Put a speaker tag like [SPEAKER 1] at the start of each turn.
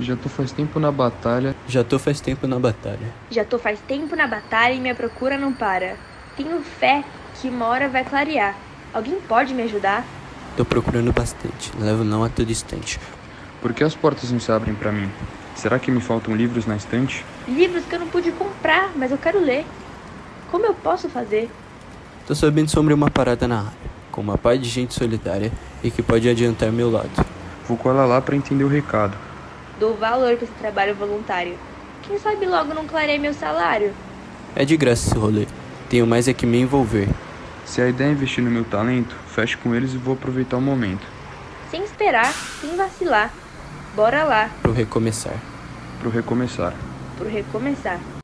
[SPEAKER 1] Já tô faz tempo na batalha.
[SPEAKER 2] Já tô faz tempo na batalha.
[SPEAKER 3] Já tô faz tempo na batalha e minha procura não para. Tenho fé que uma hora vai clarear. Alguém pode me ajudar?
[SPEAKER 2] Tô procurando bastante, levo não a todo instante.
[SPEAKER 1] Por que as portas não se abrem pra mim? Será que me faltam livros na estante?
[SPEAKER 3] Livros que eu não pude comprar, mas eu quero ler. Como eu posso fazer?
[SPEAKER 2] Tô sabendo sobre uma parada na área, com uma par de gente solidária e que pode adiantar meu lado.
[SPEAKER 1] Vou colar lá pra entender o recado.
[SPEAKER 3] Dou valor pra esse trabalho voluntário. Quem sabe logo não clareia meu salário?
[SPEAKER 2] É de graça esse rolê, tenho mais é que me envolver.
[SPEAKER 1] Se a ideia é investir no meu talento, fecho com eles e vou aproveitar o momento.
[SPEAKER 3] Sem esperar, sem vacilar. Bora lá,
[SPEAKER 2] Pro recomeçar.
[SPEAKER 1] Pro recomeçar.
[SPEAKER 3] pro recomeçar.